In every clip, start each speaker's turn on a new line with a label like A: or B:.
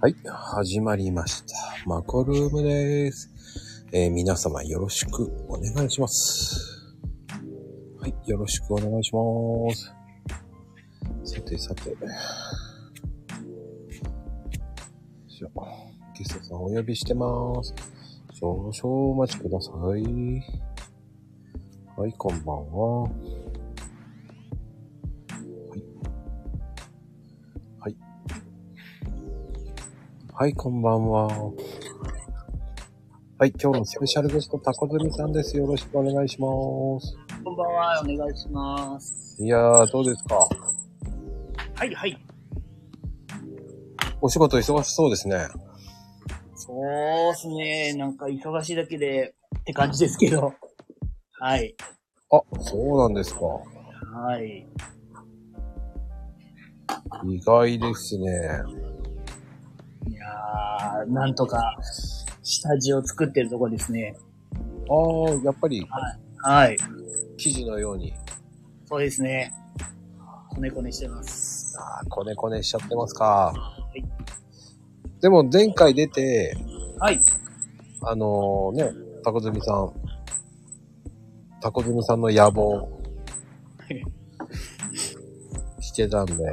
A: はい、始まりました。マコルームです。えー皆様よろしくお願いします。はい、よろしくお願いします。さてさて。よいしょゲストさんお呼びしてます。少々お待ちください。はい、こんばんは。はい。はい。はい、こんばんは。はい、今日のスペシャルゲスト、タコズミさんです。よろしくお願いします。
B: こんばんは、お願いします。
A: いやー、どうですか
B: はいはい。
A: お仕事忙しそうですね。
B: そうですね。なんか忙しいだけでって感じですけど。はい。
A: あ、そうなんですか。
B: はい。
A: 意外ですね。
B: いやー、なんとか、下地を作ってるとこですね。
A: あー、やっぱり
B: はい。
A: 記事のように、
B: そうですね。こねこねしてます。
A: あー、こねこねしちゃってますか。
B: い
A: でも前回出て、
B: はい。
A: あのね、タコズミさん、タコズミさんの野望
B: い、
A: してたんで、
B: はい。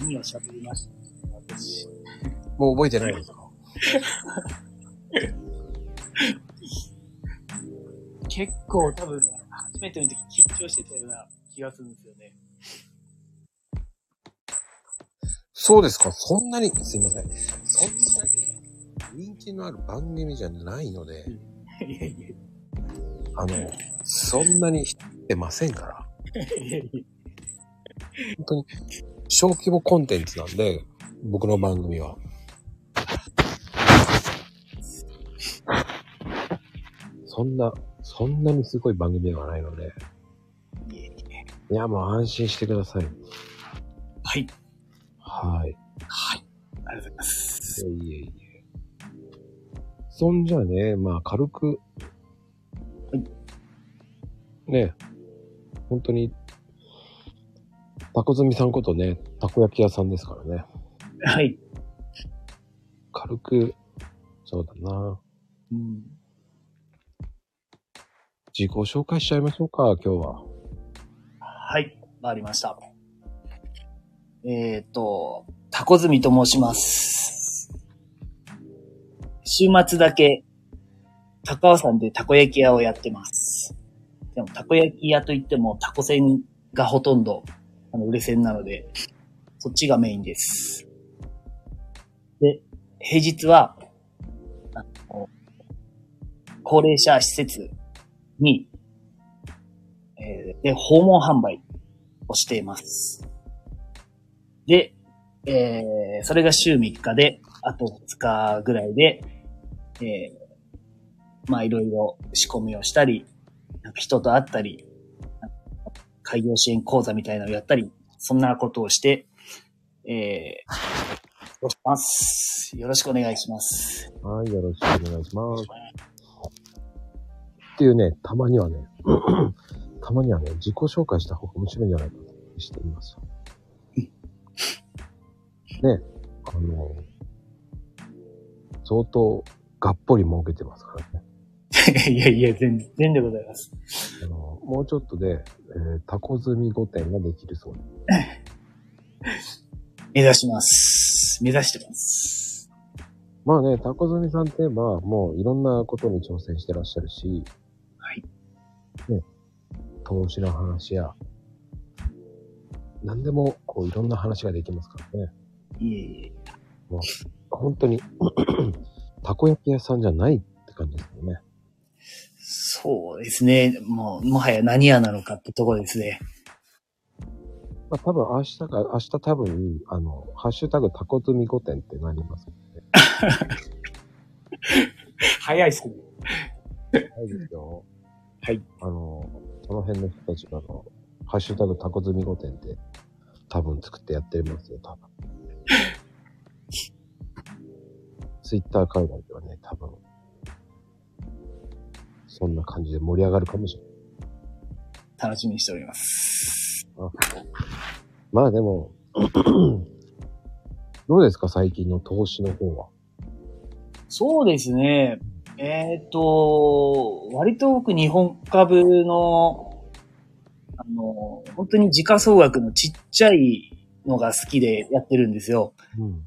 B: 何を喋りました私。
A: もう覚えてないですか
B: 結構多分、初めての時緊張してたような気がするんですよね。
A: そうですかそんなに、すいません。そんなに人気のある番組じゃないので、
B: いやい
A: あの、そんなに知ってませんから。
B: やいやいや。
A: 本当に、小規模コンテンツなんで、僕の番組は。そんな、そんなにすごい番組ではないので。いや、もう安心してください。
B: はい。
A: はい。
B: はい。ありがとうございます。
A: いえいえいえ。そんじゃね、まあ軽く、
B: はい
A: ね、本当に、タコ積みさんことね、たこ焼き屋さんですからね。
B: はい。
A: 軽く、そうだな。
B: うん
A: 自己紹介しちゃいましょうか、今日は。
B: はい、回りました。えっ、と、タコズミと申します。週末だけ、高尾山でたこ焼き屋をやってます。でも、たこ焼き屋といっても、たこせんがほとんど、あの、売れ線なので、そっちがメインです。で、平日は、あの高齢者施設にえーで、訪問販売をしています。で、えーそれが週3日で、あと2日ぐらいで、えーまあいろいろ仕込みをしたり、なんか人と会ったり、なんか開業支援講座みたいなのをやったり、そんなことをして、えー、過ごします。よろしくお願いします。
A: はい、よろしくお願いします。っていうね、たまにはね、 たまにはね、自己紹介した方が面白いんじゃないかとしています。ね、あの、相当がっぽり儲けてますからね。
B: いやいや、全然でございます。
A: あのもうちょっとで、えータコ積み5点ができるそうです。
B: 目指します。目指してます。
A: まあね、タコ積みさんっていえば、もういろんなことに挑戦してらっしゃるし、
B: はい。
A: ね、投資の話や、何でも、こう、いろんな話ができますからね。
B: いえいえ。
A: 本当に、 たこ焼き屋さんじゃないって感じですよね。
B: そうですね。もう、もはや何屋なのかってとこですね。
A: まあ多分明日か、明日多分、あの、ハッシュタグタコ積み5点ってなりますので。
B: 早いっすね。
A: はいですよ。
B: はい。
A: あの、その辺の人たちが、あの、ハッシュタグタコ積み5点って多分作ってやってますよ、多 分。ツイッター界隈ではね、多分、そんな感じで盛り上がるかもしれない。
B: 楽しみにしております。
A: まあでも、 どうですか最近の投資の方は。
B: そうですね。えっ、と、割と僕日本株の、あの、本当に時価総額のちっちゃいのが好きでやってるんですよ。
A: うん。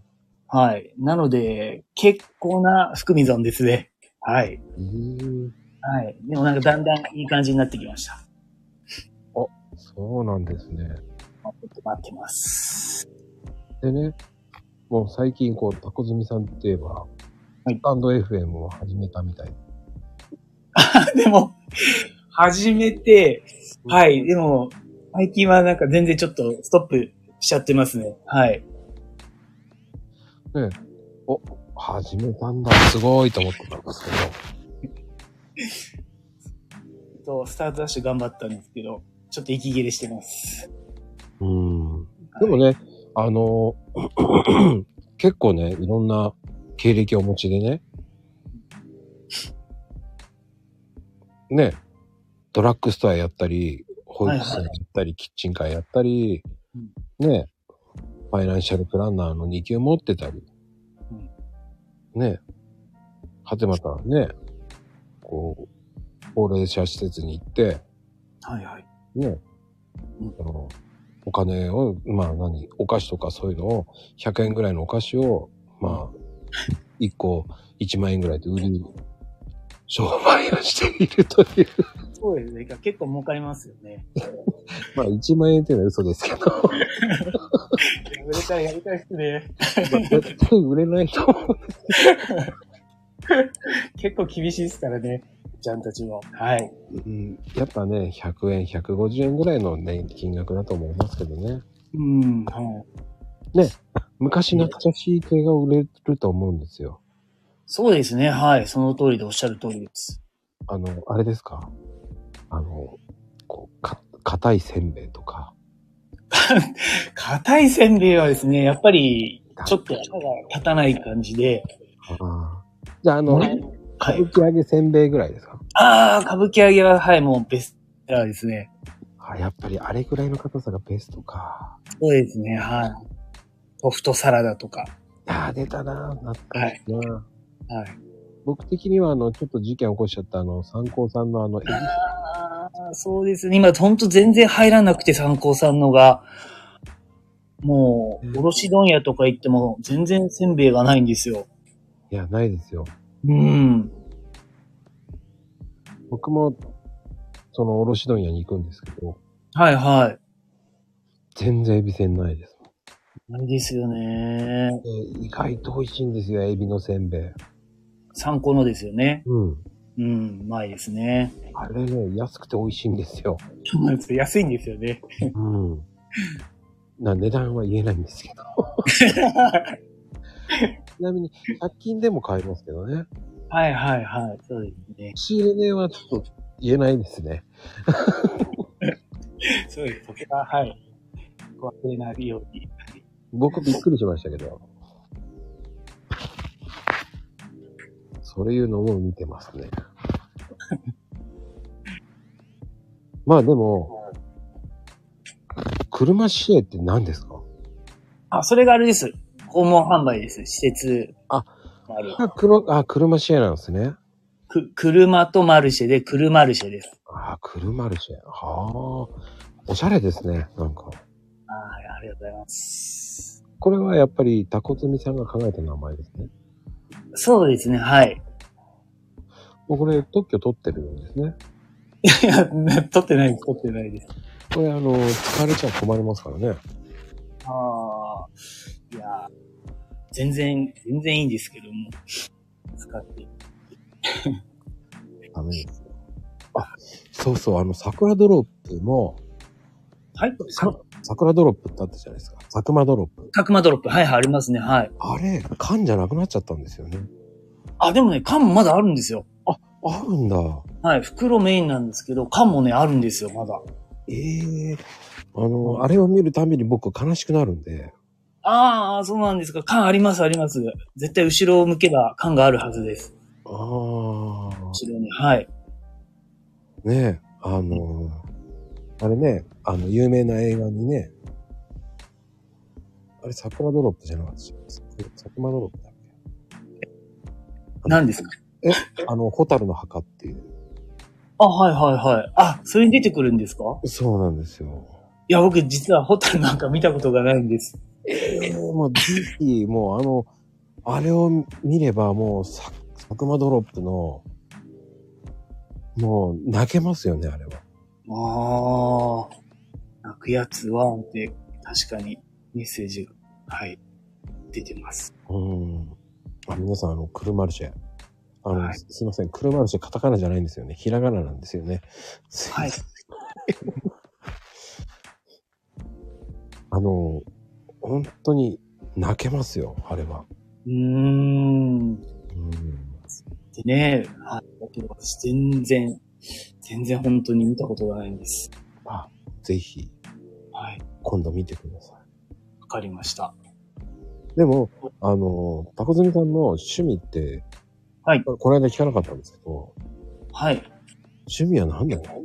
B: はい。なので、結構な含み損ですね。はい。
A: えー、
B: はい。でもなんかだんだんいい感じになってきました。
A: そうなんですね。
B: ちょっと待ってます。
A: でね、もう最近こう、タコズミさんって言えば、
B: い
A: スタンド FM を始めたみたい。
B: でも、始めて、はい。でも、最近はなんか全然ちょっとストップしちゃってますね。はい。
A: ねお、始めたんだ、すごいと思ってたんですけど。
B: と、スタートダッシュ頑張ったんですけど、ちょっと息切れしてます。
A: うん。でもね、あの、 結構ね、いろんな経歴をお持ちでね、ね、ドラッグストアやったり、保育士さんやったり、キッチンカーやったり、ね、ファイナンシャルプランナーの2級持ってたり、ね、はてまたね、こう、高齢者施設に行って、
B: はいはい。
A: ね、
B: うん
A: そのお金を、まあ何、お菓子とかそういうのを、100円ぐらいのお菓子を、ま あ、1個1万円ぐらいで売る、商売をしていると いう。
B: そうですね。結構儲かりますよね。
A: まあ、1万円っていうのは嘘ですけ ど、
B: やめたい、やりたいですね。
A: まあ絶対売れないと思う。
B: 結構厳しいですからね。ちゃんたちも。はい。
A: うん、やっぱね、100円、150円ぐらいのね、金額だと思いますけどね。
B: うん、はい。
A: 昔懐かしい系が売れると思うんですよ。
B: そうですね。はい。その通りでおっしゃる通りです。
A: あの、あれですかあの、こう、か、硬いせんべいとか。
B: 硬いせんべいはですね、やっぱり、ちょっと歯が立たない感じで、
A: ああ。じゃあ、あの、
B: ね
A: 歌
B: は
A: 舞
B: い。
A: 伎揚げせんべいぐらいですか
B: ああ、歌舞伎揚げは、はい、もうベストセラーですね。
A: あやっぱりあれぐらいの硬さがベストか。
B: そうですね、はい。ソフトサラダとか。
A: ああ、出たな。懐かしいな。
B: はい。
A: 僕的には、あの、ちょっと事件起こしちゃった、あの、三高さんのあの、エビ
B: ああ、そうですね。今、ほんと全然入らなくて、参考さんのが。も
A: うん
B: う、おろし問屋とか行っても、全然せんべいがないんですよ。
A: いや、ないですよ。
B: うん。
A: 僕も、その、おろし問屋に行くんですけど、
B: はいはい。
A: 全然エビせんないです。
B: ないですよね。
A: えー意外と美味しいんですよ、エビのせんべい。
B: 参考のですよね。
A: うん。
B: うん、うまいですね。
A: あれね、安くて美味しいんですよ。
B: 安いんですよね。
A: うん。な、値段は言えないんですけど。ちなみに、100均でも買えますけどね。
B: はいはいはい。そうですね。
A: 仕入れ値はちょっと言えないですね。
B: そうです。それは、はい。忘れないように。
A: 僕びっくりしましたけど。そういうのも見てますね。 まあでも、車支援って何ですか
B: あ、それがあれです。訪問販売です。施設。
A: あ
B: ある。
A: あ黒あ、車支援なんですね。
B: く、車とマルシェで、車マルシェです。
A: あ、車支援。はあ。おしゃれですね。なんか。
B: はい、ありがとうございます。
A: これはやっぱりタコツミさんが考えた名前ですね。
B: そうですね、はい。
A: もうこれ特許取ってるんですね。
B: いや、 撮ってないです、撮ってないです。
A: これあの、疲れちゃ困りますからね。
B: ああ、いや、全然、全然いいんですけども。使って。
A: ダメですよ。あ、そうそう、あの、桜ドロップも、
B: はい、
A: さ桜ドロップってあったじゃないですか。桜ドロップ。
B: 角間ドロップ、はいはい、ありますね、はい。
A: あれ、缶じゃなくなっちゃったんですよね。
B: あ、でもね、缶まだあるんですよ。
A: あるんだ。
B: はい、袋メインなんですけど、缶もね、あるんですよ、まだ。
A: ええあの、あれを見るたびに僕悲しくなるんで。
B: ああ、そうなんですか。缶あります、あります。絶対後ろを向けば缶があるはずです。
A: ああ。
B: 後ろに、はい。
A: ねえ、あのーあれね、あの、有名な映画にね、あれ、桜ドロップじゃなかったっけ桜桜ドロップだっけ
B: 何ですか
A: あの、ホタルの墓っていう。
B: あ、はいはいはい。あ、それに出てくるんですか
A: そうなんですよ。
B: いや、僕実はホタルなんか見たことがないんです。
A: ええもう、ぜひ、もう、あの、あれを見れば、もう、さ佐久間ドロップの、もう、泣けますよね、あれは。
B: ああ。泣くやつは、で、確かにメッセージが、はい、出てます。
A: うん。あ、皆さん、あの、クルマルシェ。あの、
B: はい
A: すいません、クルマルシェカタカナじゃないんですよね。ひらがななんですよね。すません
B: はい。
A: あの、本当に泣けますよ、あれは。
B: うーん。
A: うん。
B: でね、はい。だけど私全然、全然本当に見たことがないんです。
A: あ、ぜひ、
B: はい。
A: 今度見てくださ
B: わかりました。
A: い。でも、あの、タコズミさんの趣味って、
B: はい
A: この間聞かなかったんですけど、
B: はい。
A: 趣味は何だろ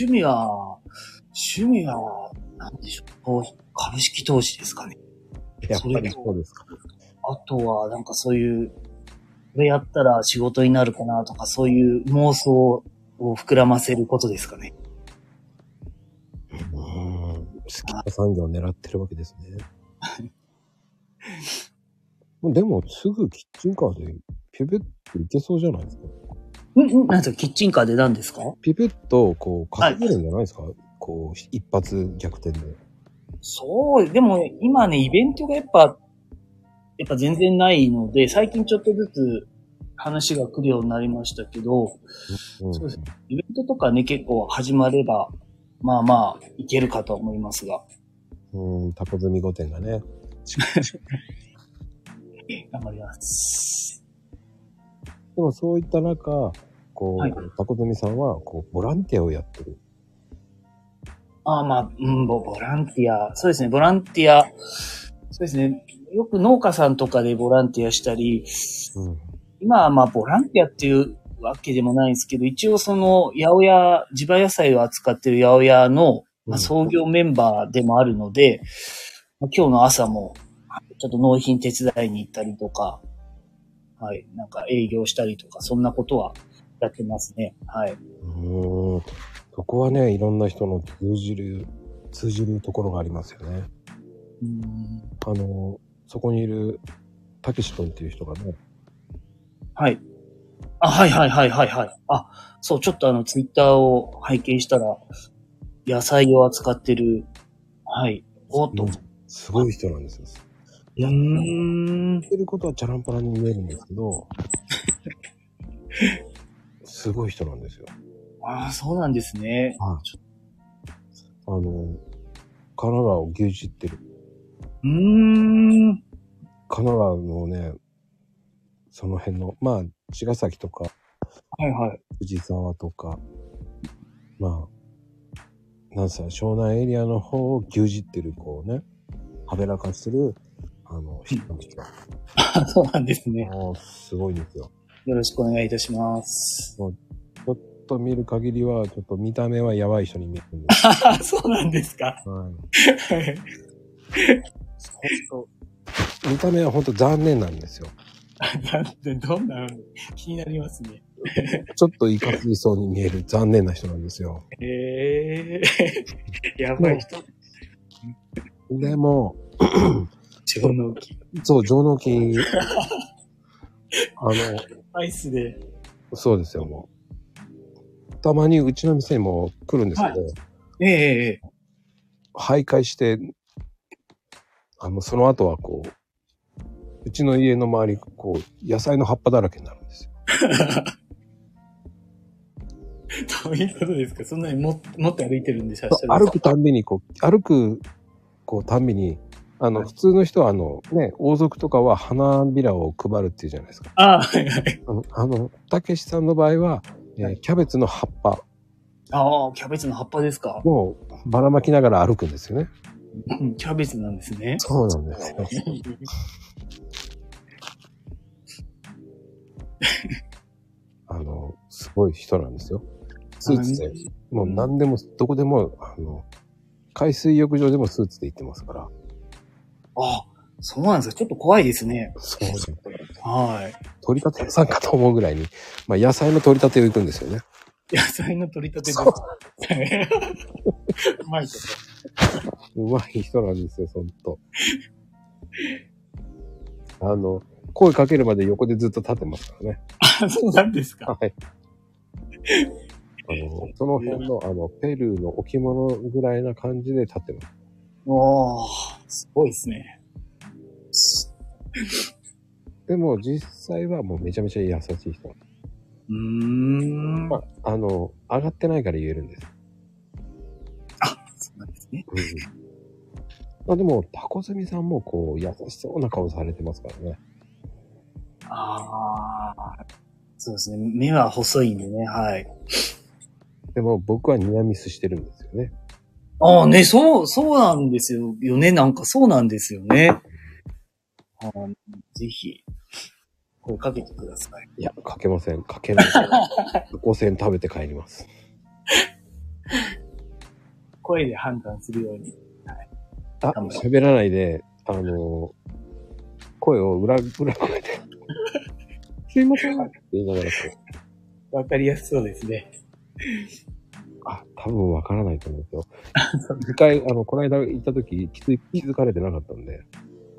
B: 趣味は、趣味は、なんでしょう投資。株式投資ですかね。
A: うやっぱりそうですか。
B: あとは、なんかそういう、これやったら仕事になるかなとか、そういう妄想を膨らませることですかね。
A: うん。好きな産業を狙ってるわけですね。 でも、すぐキッチンカーでピュピュッといけそうじゃないですか。
B: うん、うん、なんですかキッチンカーで何ですか
A: ピュピュッと、こう、稼げるんじゃないですか、こう、一発逆転で。
B: そう、でも今ね、イベントがやっぱ、やっぱ全然ないので、最近ちょっとずつ話が来るようになりましたけど、
A: うん
B: そうですイベントとかね、結構始まれば、まあまあ、いけるかと思いますが、
A: うん、タコ積み御殿がね。
B: 頑張ります。
A: でもそういった中、こう、
B: はい
A: タコ積みさんは、こう、ボランティアをやってる。
B: ああ、まあ、うん、ボボランティア。そうですね、ボランティア。そうですね。よく農家さんとかでボランティアしたり、
A: うん。
B: 今はまあ、ボランティアっていうわけでもないんですけど、一応その、八百屋、地場野菜を扱ってる八百屋の、まあ、創業メンバーでもあるので、まあ今日の朝も、ちょっと納品手伝いに行ったりとか、はい、なんか営業したりとか、そんなことはやってますね。はい。
A: うん。そこはね、いろんな人の通じる、通じるところがありますよね。
B: うん
A: あの、そこにいる、たけし君っていう人がね、
B: はい。あ、はいはいはいはいはい。あ、そう、ちょっとあの、ツイッターを拝見したら、野菜を扱ってる、はい、おっと。
A: うんすごい人なんですよ。
B: うーん。
A: 言ってることはチャランパラに見えるんですけ ど、すごい人なんですよ。
B: ああ、そうなんですね。
A: あの、神奈川を牛耳ってる。
B: うーん。
A: 神奈川のね、その辺の、まあ、茅ヶ崎とか、
B: はいはい。
A: 藤沢とか、まあ、なんすか、湘南エリアの方を牛耳ってる、こうね、はべらかしてる、あの、人なんですよ。
B: あそうなんですね。
A: もう、すごいんですよ。
B: よろしくお願いいたします。
A: ちょっと見る限りは、ちょっと見た目はやばい人に見えるんです。
B: あそうなんですか。
A: はい
B: はい
A: 本当見た目は本当残念なんですよ。
B: なんで、どんなの気になりますね。
A: ちょっといかついそうに見える残念な人なんですよ。
B: ええ やばい人。
A: でも、
B: 超のき
A: そう、上納金、あの、
B: アイスで。
A: そうですよ、もう。たまにうちの店にも来るんですけど、
B: ええええ。
A: 徘徊して、あの、その後はこう、うちの家の周り、こう、野菜の葉っぱだらけになるんですよ。
B: どういうことですかそんなにも持って歩いてるんでしょ
A: 歩くたんびに、こう、歩く、こう、たんびに、あの、
B: はい
A: 普通の人は、あの、ね、王族とかは花びらを配るっていうじゃないですか。
B: ああ、はいはい。
A: あの、あのたけしさんの場合は、えー
B: はい
A: キャベツの葉っぱ
B: ああ、キャベツの葉っぱですか
A: をばらまきながら歩くんですよね。
B: うん、キャベツなんです ね。
A: そうなんですよ。あの、すごい人なんですよ。スーツで、もう何でも、どこでも、あの、海水浴場でもスーツで行ってますから。
B: あ、そうなんですよ。ちょっと怖いですね。
A: そうですね。
B: は
A: 取り立て屋さんかと思うぐらいに、まあ野菜の取り立てを行くんですよね。
B: い。野菜の取り立て
A: そう
B: です。うまいこと。
A: うまい人なんですよ、ほんと。あの、声かけるまで横でずっと立ってますからね。
B: あ、そうなんですか。
A: はい。あの、その辺の、あの、ペルーの置物ぐらいな感じで立ってます。
B: おー、すごいですね。
A: でも実際はもうめちゃめちゃ優しい人。
B: うーん。
A: まあ、あの、上がってないから言えるんです。
B: そうなんですね。
A: まあでも、タコスミさんもこう、優しそうな顔されてますからね。
B: ああ、そうですね。目は細いんでね、はい。
A: でも僕はニアミスしてるんですよね。
B: ああ、ね、そう、そうなんですよ。よね、なんかそうなんですよね。あーぜひ、声かけてください。
A: いや、かけません。かけない。5000食べて帰ります。
B: 声で判断するように。
A: あ、喋らないで、あの声を裏、裏声で。すいませんって言いながらこう、
B: わかりやすそうですね。
A: あ、多分わからないと思うんですよ。一回、あの、この間行った時、気づい気づかれてなかったんで。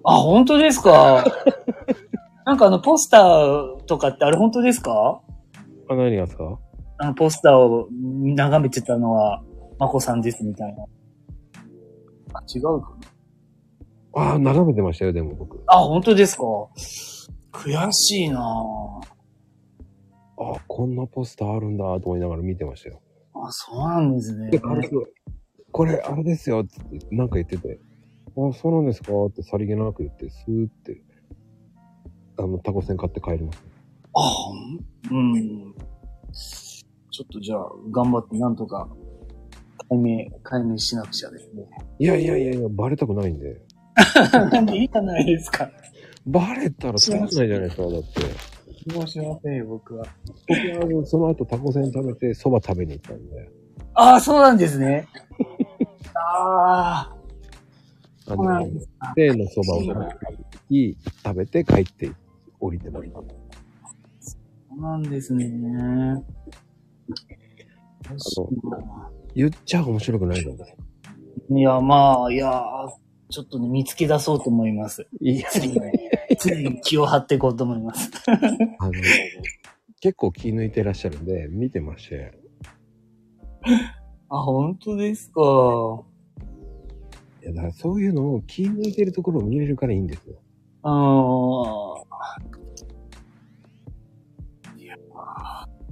B: あ、本当です かなんかあの、ポスターとかってあれ本当ですか
A: あ、何がですか
B: あの、ポスターを眺めてたのは、まこさんですみたいな。あ、違うかな
A: ああ、眺めてましたよ、でも僕。
B: あ、本当ですか悔しいなぁ。
A: ああ、こんなポスターあるんだと思いながら見てましたよ。
B: あ、そうなんですね。
A: で、軽く、これ、あれですよって言ってなんか言ってて、あ、そうなんですかってさりげなく言って、スーって、あの、タコ船買って帰ります。
B: あ、うん。ちょっとじゃあ、頑張ってなんとか、解明、解明しなくちゃですね。
A: いやいやいやいや、バレたくないんで。
B: なんでいいじゃないですか。
A: バレたらつまんないじゃないですか、だって。
B: 希望しませんよ、僕は。
A: 僕はあのその後タコせん食べて、蕎麦食べに行ったんで。
B: ああ、そうなんですね。 ああ、
A: あ
B: そうな
A: の
B: ん、ですか。
A: 例の蕎麦を食べて帰って降りてもらった。
B: そうなんですね。
A: 言っちゃ面白くないので。
B: いや、まあ、いや、ちょっとね、見つけ出そうと思い ます。
A: いや、
B: 常に、常に気を張っていこうと思い ます。
A: あの、結構気抜いてらっしゃるんで、見てまして。
B: あ、本当ですか。
A: いや、だからそういうのを気抜いてるところを見れるからいいんですよ。
B: あのー、いや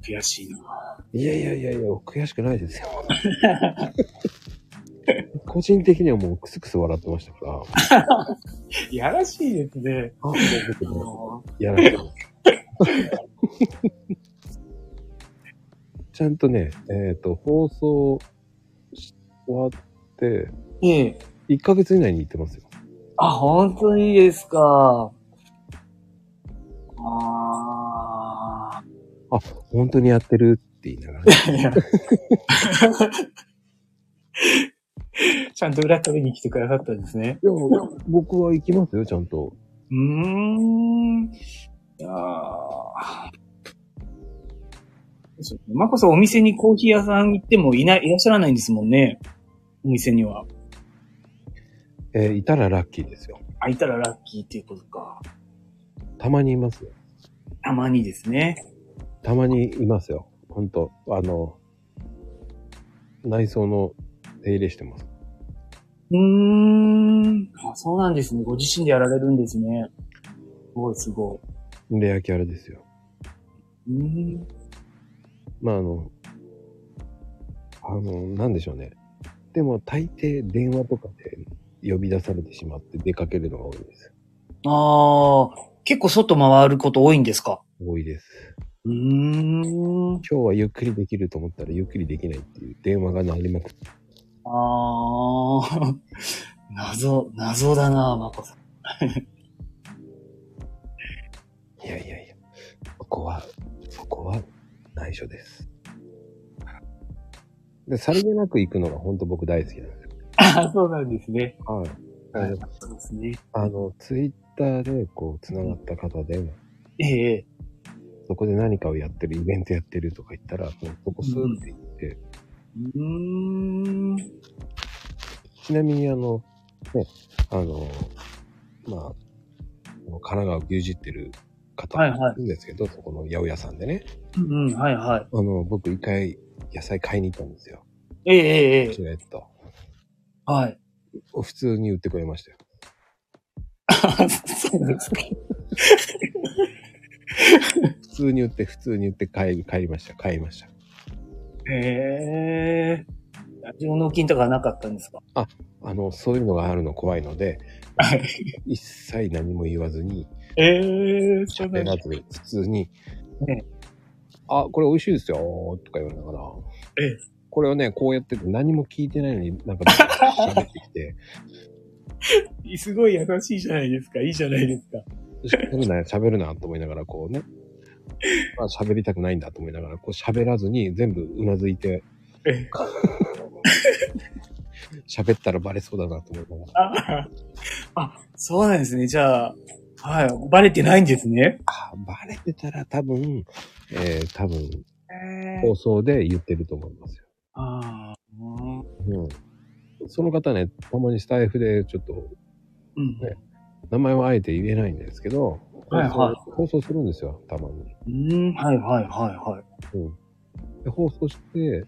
B: ー、悔しいな。
A: いやいやいやいや、悔しくないです よ。個人的にはもうクスクス笑ってましたから。
B: いやらしいですね。
A: あ、もう
B: あ
A: 僕も
B: のー
A: やらない。ちゃんとね、えっ、と、放送し終わって、
B: ええ。
A: 1ヶ月以内に行ってますよ。
B: あ、本当にですか。あ
A: 本当にやってるって言いながら、ね、
B: ー。 ちゃんと裏取りに来てくださったんですね。
A: でも僕は行きますよ、ちゃんと。
B: うーん。いやーそうまこさん、お店にコーヒー屋さん行ってもいない、いらっしゃらないんですもんね。お店には。
A: えーいたらラッキーですよ。
B: あ、いたらラッキーっていうことか。
A: たまにいますよ。
B: たまにですね。
A: たまにいますよ。ほんと、あの、内装の手入れしてます。
B: うーん。あそうなんですね。ご自身でやられるんですね。すごい、すご
A: レアキャラですよ。
B: い。うーん。
A: まああの、あの、なんでしょうね。でも大抵電話とかで呼び出されてしまって出かけるのが多いです。
B: ああ、結構外回ること多いんですか
A: 多いです。
B: うーん。
A: 今日はゆっくりできると思ったらゆっくりできないっていう電話が鳴りまくって。
B: ああ、 謎、謎だな、まこさん。
A: いやいやいや、ここは、そこは内緒です。で、さりげなく行くのが本当僕大好きなんですよ。
B: ああ、そうなんですね。
A: はい。から、
B: そうですね。
A: あの、ツイッターでこう、繋がった方で、
B: ええ
A: そこで何かをやってる、イベントやってるとか言ったら、もうそこスーって言って、
B: うーん。
A: ちなみにあの、ね、あの、まあ、あの神奈川を牛耳ってる方
B: はいはい
A: いるんですけど、そこの八百屋さんでね、
B: うん、うんはいは
A: あの、僕一回野菜買いに行ったんですよ。
B: い。えええええ
A: う
B: え
A: ちのやつと。
B: はい。
A: 普通に売ってくれましたよ。
B: そうなんですか。
A: 普通に売って、普通に売って帰り、帰りました。買いました。
B: ええラジオ納金とかなかったんですか
A: あの、そういうのがあるの怖いので、
B: はい。
A: 一切何も言わずに、
B: ええそうな
A: 喋
B: んで
A: ら
B: す
A: ずに、普通に、
B: ね
A: あ、これ美味しいですよ、とか言われながら、
B: ええ
A: これをね、こうやって何も聞いてないのに、なんか、喋ってき て、
B: すごい優しいじゃないですか。いいじゃないですか。
A: 喋るな、喋るな、と思いながら、こうね、まあ喋りたくないんだと思いながら、こう喋らずに全部うなずいて
B: ええ、
A: 喋ったらバレそうだなと思いながら、
B: あ、 あそうなんですね。じゃあ、はい。バレてないんですね。
A: あバレてたら多分、えー、多分、
B: え
A: 放送で言ってると思いますよ。
B: ああ。うん。
A: うん。その方ね、たまにスタイフでちょっと、
B: うん
A: ね名前はあえて言えないんですけど、放送,、
B: はいは
A: 放送するんですよ、たまに。
B: うん。はいはいはいはい。
A: で放送して、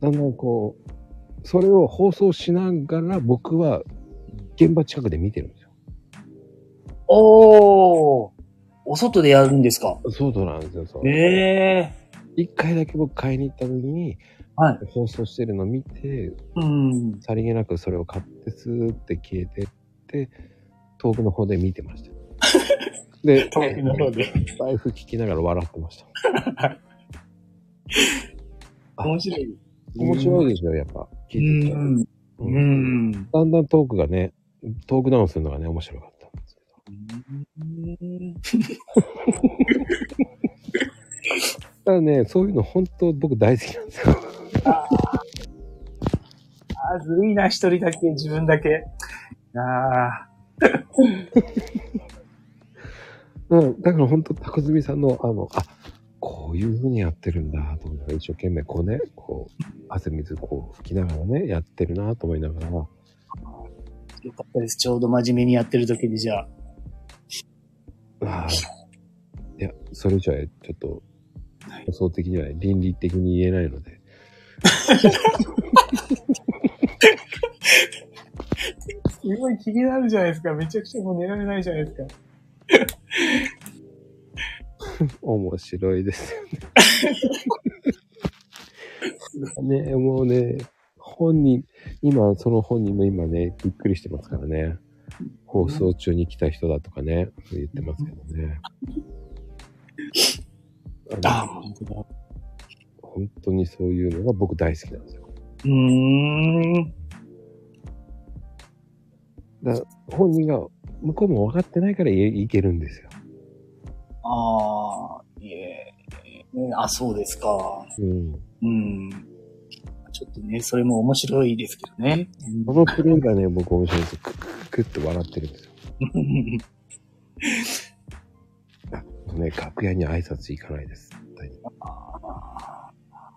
A: だんだんこう、それを放送しながら僕は現場近くで見てるんですよ。
B: おー。お外でやるんですか
A: そうそうなんですよ、そう。
B: ええ
A: 一回だけ僕買いに行った時に、
B: はい
A: 放送してるの見て、
B: うん。
A: さりげなくそれを買ってスーって消えてって、遠くの方で見てま した。で、
B: 遠くの方で
A: 財布聞きながら笑ってました。
B: 面白い。
A: 面白いですよ、やっぱ。聞いてて。
B: うん。う
A: うん
B: ん。
A: だんだんトークがね、トークダウンするのがね、面白かったんですけど。ただね、そういうの本当僕大好きなんですよ。
B: あー、ずるいな、一人だけ、自分だけ。ああ。
A: うん、だから本当、たこずみさんの、あの、あ、こういう風にやってるんだ、と思いながら、一生懸命こうね、こう、汗水こう拭きながらね、やってるな、と思いながら、
B: よかったです。ちょうど真面目にやってる時にじゃあ。
A: ああ、いや、それじゃちょっと
B: はい、
A: 予想的には倫理的に言えないので、
B: すごい気になるじゃないですか。めちゃくちゃもう寝られないじゃないですか。
A: 面白いですよね。ねもうね、本人、今、その本人も今ね、びっくりしてますからね。放送中に来た人だとかね、言ってますけどね。あの
B: 本当だ。
A: 本当にそういうのが僕大好きなんですよ。
B: うーん。
A: だから本人が、向こうも分かってないから言えいけるんですよ。
B: ああ、いえ。ねあ、そうですか。
A: うん。
B: うん。ちょっとね、それも面白いですけどね。
A: このプレイがね、僕面白いんですよ。ククククって笑ってるんですよ。
B: うん
A: あとね、楽屋に挨拶行かないです。絶対に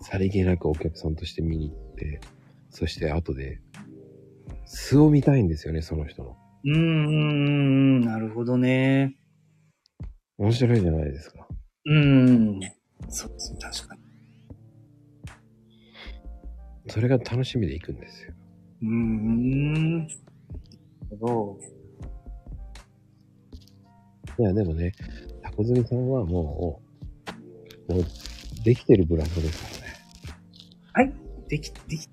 A: さりげなくお客さんとして見に行って、そして後で、素を見たいんですよね、その人の。
B: うんうん、なるほどね。
A: 面白いじゃないですか。
B: うん。そうですね、確かに。
A: それが楽しみで行くんですよ。
B: うーん。なるほど。
A: いや、でもね、タコズミさんはもう、もう、できてるブランドですからね。
B: でき、でき、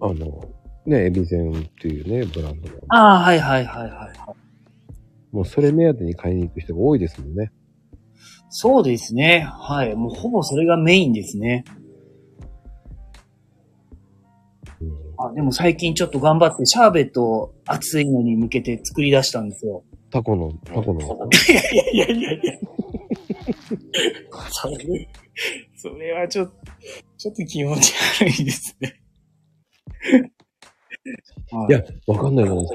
A: あの、ね、エビゼンっていうね、ブランドが。
B: ああ、はいはいはいはい。
A: もうそれ目当てに買いに行く人が多いですもんね。
B: そうですね。はい。もうほぼそれがメインですね。
A: うん
B: あ、でも最近ちょっと頑張って、シャーベットを熱いのに向けて作り出したんですよ。
A: タコの、タコの、
B: いやいやいやいやいや。それ、それはちょっと、ちょっと気持ち悪いですね。
A: いや、わかんないじゃないで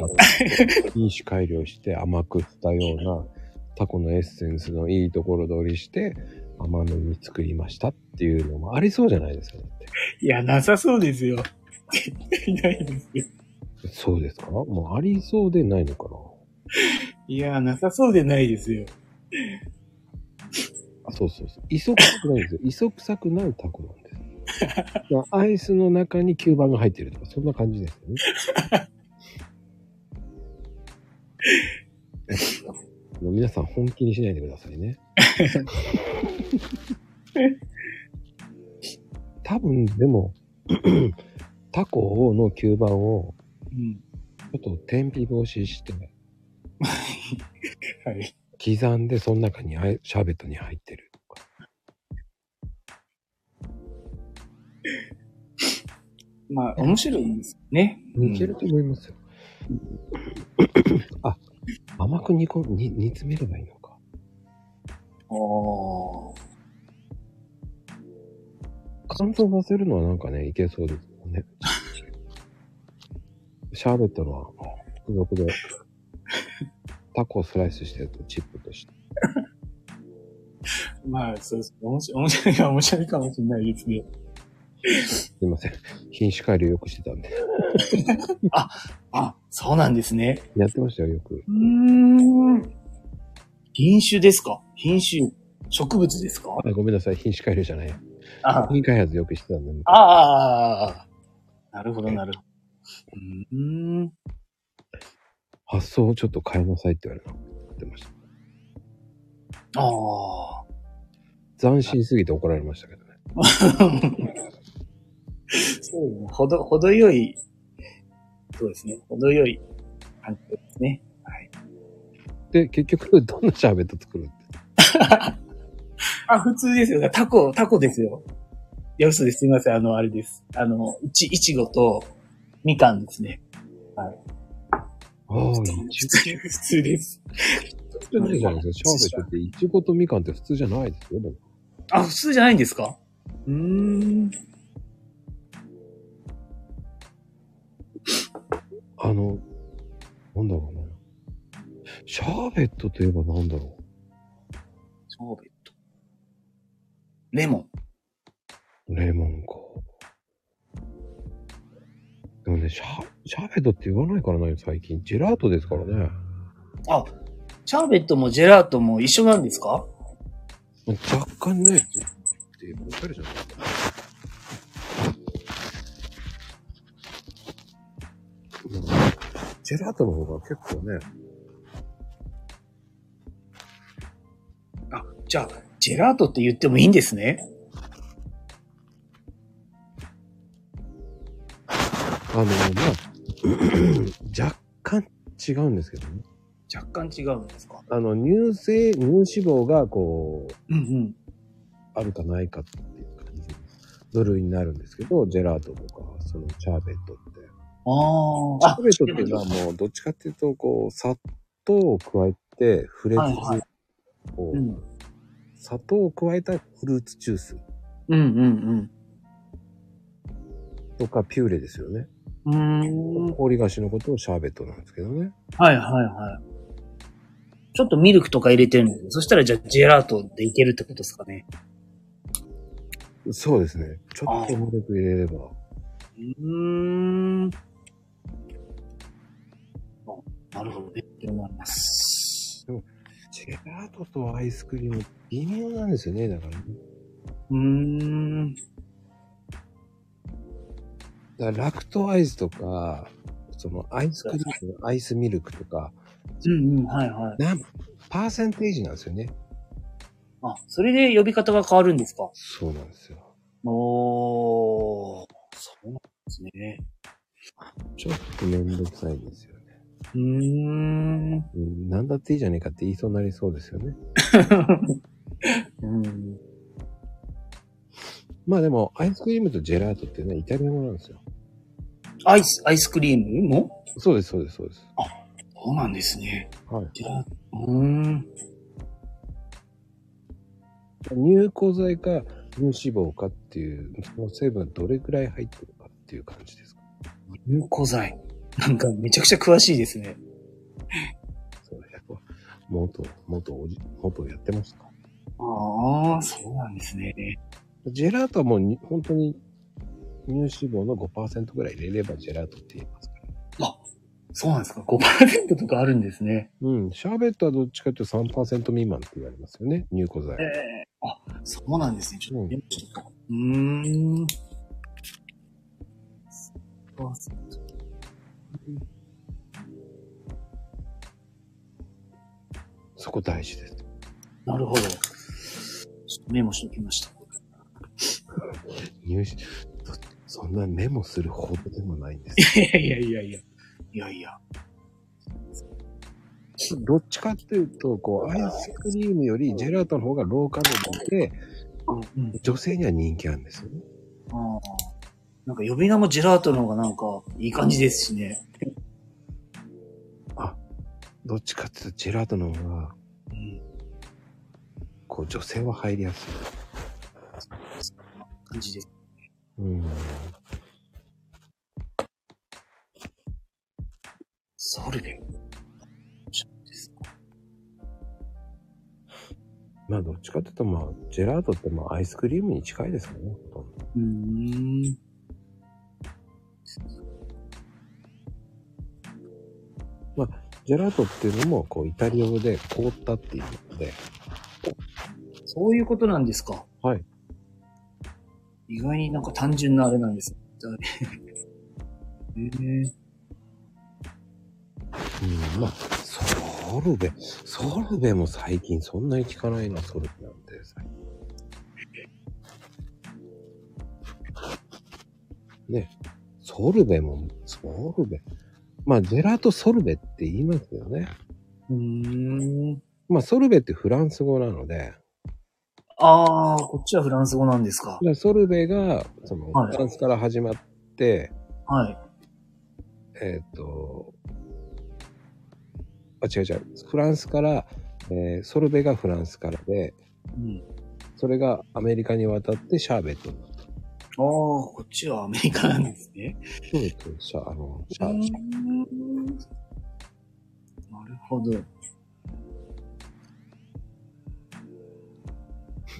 A: すか。品種改良して甘くしたようなタコのエッセンスのいいところ取りして甘みに作りましたっていうのもありそうじゃないですか。だって
C: いや、なさそうですよ。 絶対ないですよ。
A: そうですかもうありそうでないのかない
C: や、なさそうでないですよ。
A: あそうそうそう。磯臭くないんですよ。磯臭くないタコなんです。だからアイスの中に吸盤が入ってるとか、そんな感じですよね。もう皆さん本気にしないでくださいね。多分、でも、 タコの吸盤を
C: うん。
A: ちょっと天日防止して、
C: はい。
A: 刻んでその中にあえシャーベットに入ってるとか。
C: まあ、面白いんですよね。
A: いけると思いますよ。あ、甘く煮込み、煮煮詰めればいいのか。
B: おー。
A: 乾燥させるのはなんかね、いけそうですよ ね。シャーベットのは付属で、タコをスライスしてるとチップとして。
C: まあ、そうそう。面白い、面白いか面白いかもしれないですね。
A: すいません。品種改良よくしてたんで。
B: あ、そうなんですね。
A: やってましたよ、よく。
B: うーん。品種ですか品種、植物ですか
A: あごめんなさい、品種改良じゃない。
B: あ
A: 品開発よくしてたんで。
B: あー。なるほど、なるほど。うーん。
A: 発想をちょっと変えなさいって言われた。言ってました。
B: ああ。
A: 斬新すぎて怒られましたけどね。
B: そうね。ほど、ほどよい、そうですね。ほどよい感じですね。
A: で、結局、どんなシャーベット作るって。
C: あ、普通ですよ。タコ、タコですよ。
B: いや、嘘です。すみません。あの、あれです。あの、いち、いちごと、みかんですね。
A: ああ、い
C: 普通、普通です。
A: ちごじゃないですか。シャーベットって、いちごとみかんって普通じゃないですよ。でも
B: あ、普通じゃないんですかうーん。
A: あの、なんだろうな。シャーベットといえばなんだろ
B: シャーベット。レモン。
A: う。レモンか。でもね、シャシャーベットって言わないからね、最近。ジェラートですからね。
B: あ、シャーベットもジェラートも一緒なんですか
A: 若干ね、って言われるじゃないですか。でもジェラートの方が結構ね、
B: じゃあ、ジェラートって言ってもいいんですね。
A: あの、まあ、若干違うんですけどね。
B: 若干違うんですか
A: あの、乳性、乳脂肪がこう、
B: うんうん。
A: あるかないかっていう感じの部類になるんですけど、ジェラートとか、そのシャーベットって。
B: ああ。
A: シャーベットっていうのはもう、どっちかっていうと、こう、砂糖を加えて、フレーズに、
B: はいは
A: こ
B: う
A: う、
B: ん。
A: 砂糖を加えたフルーツジュース
B: うん
A: とかピューレですよね。
B: うんうん。うーん。
A: 氷菓子のことをシャーベットなんですけどね。
B: はいはいはい。ちょっとミルクとか入れてるんですけど、そしたらじゃあジェラートでいけるってことですかね。
A: そうですね。ちょっとミルク入れれば。
B: うーん。あなるほどね。って思います。
A: ジェラートとアイスクリーム、微妙なんですよね。だからね、
B: うーん。
A: だからラクトアイスとか、そのアイスクリーム、アイスミルクとか、
B: うんうん、はいはい。
A: なんパーセンテージなんですよね。
B: あ、それで呼び方が変わるんですか
A: そうなんですよ。
B: おー、そうなんですね。
A: ちょっとめんどくさいんですよね。
B: うーん。
A: うん、なんだっていいじゃねえかって言いそうになりそうですよね。
B: うん。
A: まあでも、アイスクリームとジェラートってね、イタリア語なんですよ。
B: アイス、アイスクリームも
A: そうです、そうです、そうです。
B: そうなんですね。
A: はい。
B: じゃあ、うーん。
A: 乳酵剤か乳脂肪かっていう、その成分がどれくらい入ってるかっていう感じですか。
B: 有効剤。なんかめちゃくちゃ詳しいですね。
A: それは、元、元おじ、元やってました。
B: ああ、そうなんですね。
A: ジェラートはもうに本当に乳脂肪の5%ぐらい入れればジェラートって言いますから。
B: そうなんですか ?5% とかあるんですね。
A: うん。シャーベットはどっちかっていうと3%未満って言われますよね。乳固剤。
B: あ、そうなんですね。ちょ
A: うん
B: っとメモしとこう。うーん。あそう
A: そこ大事です。
B: なるほど。ちょっとメモしておきました。
A: 乳脂、そそんなメモするほどでもないんです。
C: いやいやいやいや。
B: いやいや。
A: どっちかっていうと、こう、アイスクリームよりジェラートの方がローカロリーで、
B: うん。
A: 女性には人気なんですよね。
B: ああ。なんか呼び名もジェラートの方がなんかいい感じですしね。
A: どっちかっていうと、ジェラートの方が、
B: うん。
A: こう、女性は入りやすい。
B: 感じです。
A: うん。
B: ソルベ。そうですか。
A: まあ、どっちかっていうと、まあ、ジェラートって、まあ、アイスクリームに近いですよね、ほとんど。
B: うーん。
A: ジェラートっていうのも、こう、イタリア語で、凍ったっていうので、
B: そういうことなんですか。
A: はい。
B: 意外になんか単純なあれなんです。 ええ
A: うん、まあ、ソルベ、ソルベも最近そんなに効かないな、ソルベなんて。ね、ソルベも、ソルベ。まあ、ジェラートソルベって言いますよね。
B: うーん。
A: まあ、ソルベってフランス語なので、
B: ああ、こっちはフランス語なんですか。
A: でソルベが、その、
B: はい
A: フランスから始まって、
B: はい。
A: えっ、と、あ、違う違う、フランスから、えーソルベがフランスからで、
B: うん。
A: それがアメリカに渡ってシャーベットになった。
B: ああ、こっちはアメリカなんですね。
A: シャーベット、シャー、あの、シ
B: う
A: ャ
B: ー
A: ー、
B: んなるほど。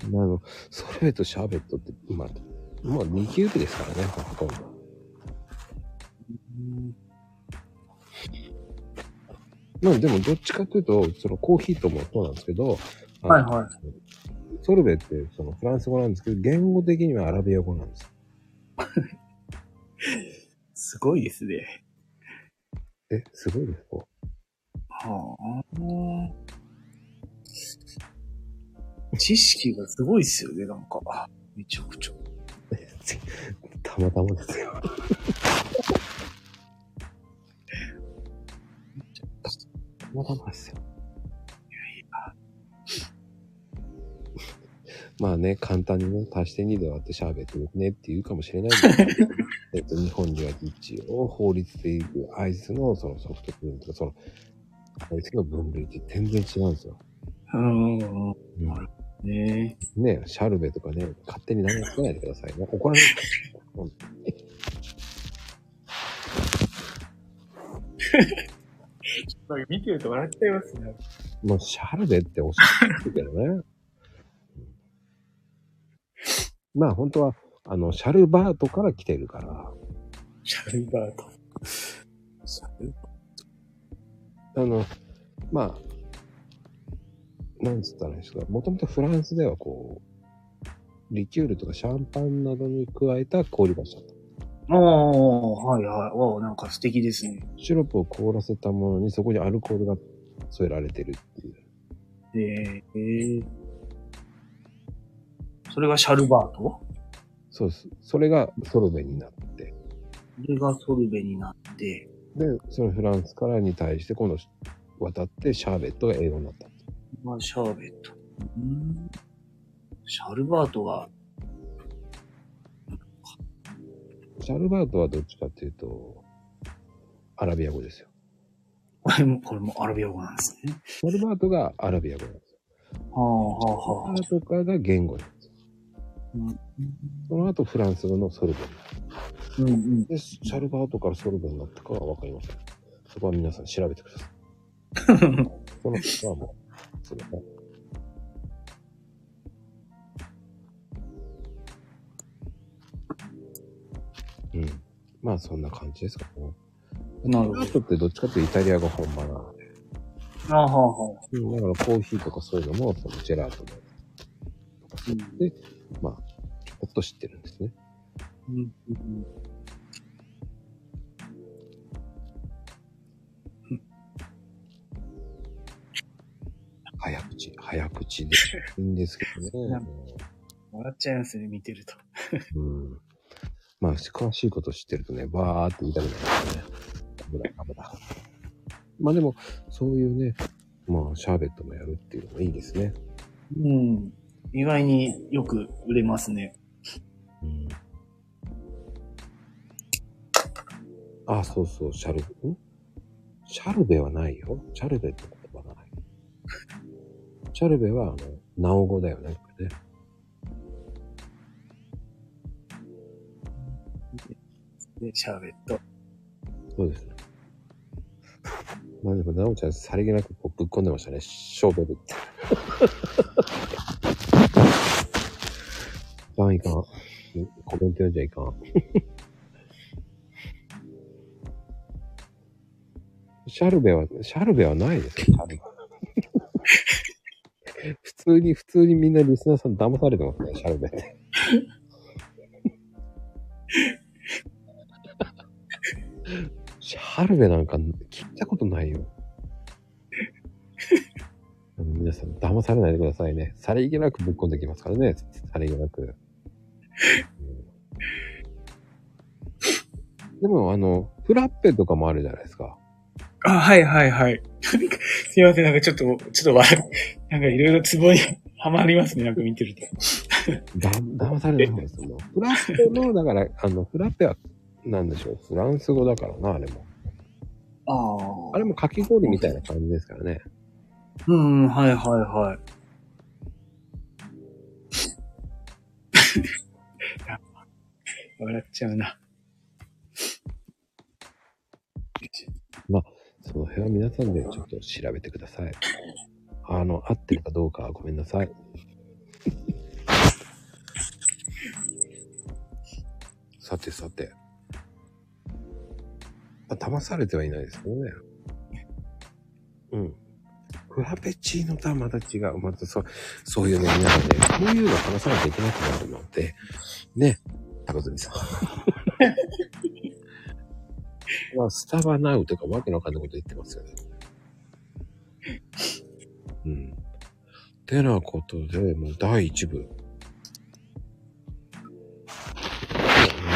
A: あの、ソルベとシャーベットって今、もう2級ですからね、ほとんど。まあでもどっちかというと、そのコーヒーともそうなんですけど、あの
B: はいはい。
A: ソルベってそのフランス語なんですけど、言語的にはアラビア語なんです。
B: すごいですね。
A: え、すごいです、こ
B: はあ。知識がすごいっすよね、なんか。めちゃくちゃ。
A: う。たまたまですよ。たまたまですよ。まあね、簡単にね、足して2で割ってシャーベットですねって言うかもしれないけど、えっと、日本には一応法律でいうアイスのそのソフトクリームとか、その、アイスの分類って全然違うんですよ。
B: うん。ねえ。
A: ねシャルベとかね、勝手に何もつけないでくださいね。怒られる。本当に
C: 見てると笑っちゃいますね。
A: もうシャルベっておっしゃってるけどね。まあ本当は、あの、シャルバートから来てるから、
C: シャルバート。
A: あの、まあ、なんつったらいいんですか、もともとフランスではこう、リキュールとかシャンパンなどに加えた氷菓子だった。
B: ああ、はいはい。わあ、なんか素敵ですね。
A: シロップを凍らせたものにそこにアルコールが添えられてるっていう。
B: ええそれがシャルバート
A: そうです。それがソルベになって。
B: それがソルベになって。
A: で、そのフランスからに対して今度渡ってシャーベットが英語になった。
B: まあ、シャーベット。うんシャルバートが、
A: シャルバートはどっちかっていうと、アラビア語ですよ。
B: これも、これもアラビア語なんですね。
A: シャルバートがアラビア語なんですよ。
B: はあ、はあ、はあ
A: ア。ラとかが言語なんですよ。その後フランス語のソルベになる。
B: うんうん。
A: で、シャルバートからソルブになったかはわかりません。そこは皆さん調べてください。その人はもう、それも。うん。まあそんな感じですかね。
B: なるほ
A: ロートってどっちかというとイタリアが本場なので。
B: ど。あはあはあ。
A: うんだからコーヒーとかそういうのも、そのジェラートも、
B: うん
A: まあ、ちょこっと知ってるんですね。
B: うんうん
A: 早口、早口で。 いいんですけどね。
B: 笑っちゃいますね、見てると。
A: うん。まあ、詳しいこと知ってるとね、バーって言いたくなるんですよね。危ない、危ない。まあでも、そういうね、まあ、シャーベットもやるっていうのもいいですね。
B: うん。意外によく売れますね。
A: うん。あ、そうそう、シャルベ、んシャルベはないよ。シャルベって言葉ない。シャルベは、あの、ナオ語だよね、これね。
B: で、シャーベット。
A: そうですね。まあでも、なおちゃん、さりげなくこうぶっ込んでましたね。ショーベルって。 いかんいかん。コメント読んじゃいかん。 シャルベは、シャルベはないですよ、シャルベ 普通に、普通にみんなリスナーさん騙されてますね、シャルベって。シャルベなんか聞いたことないよ。 あの皆さん、騙されないでくださいね。さりげなくぶっ込んできますからね。さりげなく。うんでも、あの、フラッペとかもあるじゃないですか。
C: あ、はいはい はい。とにかくすいません、なんかちょっと、ちょっと笑う。なんかいろいろツボ にはまりますね、なんか見てると。
A: だ、騙されないですよ。フラッペの、だから、あの、フラッペは、なんでしょう。フランス語だからな、あれも。
B: ああ。
A: あれもかき氷みたいな感じですからね。
B: うんうん、はいはいはい。
C: 笑っちゃうな。
A: その辺は皆さんでちょっと調べてください。あの、合ってるかどうかはごめんなさい。さてさて。まあ、騙されてはいないですけどね。うん。フラペチーノとはまた違う。またそう、そういうね、皆さんね、こういうの話さなきゃいけなくなるので、ね、高住さん。まあ、スタバナウとかわけのわかんないこと言ってますよね。うん。てなことで、もう第1部。な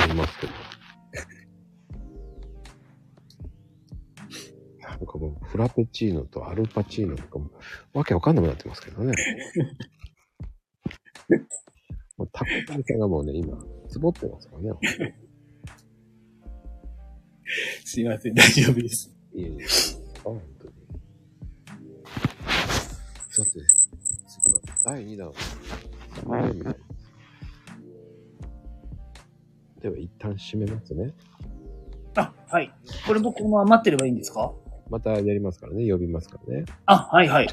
A: りますけど。なんかもう、フラペチーノとアルパチーノとかも、わけわかんなくなってますけどね。もう、タコパンさんがもうね、今、つぼってますからね。
C: すいません、大丈夫です。
A: いえいえ。あ、本当に。さて、次は第2弾。では、一旦閉めますね。
B: あ、はい。これ僕も待ってればいいんですか
A: またやりますからね。呼びますからね。
B: あ、はいはい。